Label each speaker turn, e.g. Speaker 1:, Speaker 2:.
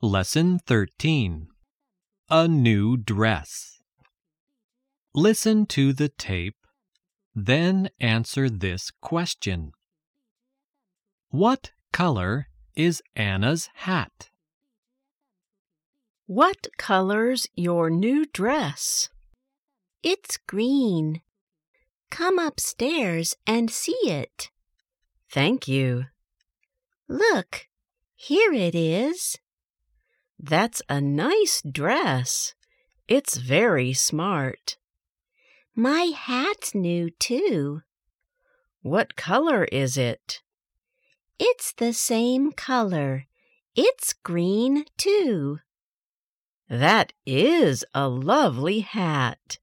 Speaker 1: Lesson 13 A New Dress. Listen to the tape, then answer this question What color is Anna's hat?
Speaker 2: What color's your new dress?
Speaker 3: It's green. Come upstairs and see it.
Speaker 2: Thank you.
Speaker 3: Look, here it is.
Speaker 2: That's a nice dress. It's very smart.
Speaker 3: My hat's new, too.
Speaker 2: What color is it?
Speaker 3: It's the same color. It's green, too.
Speaker 2: That is a lovely hat.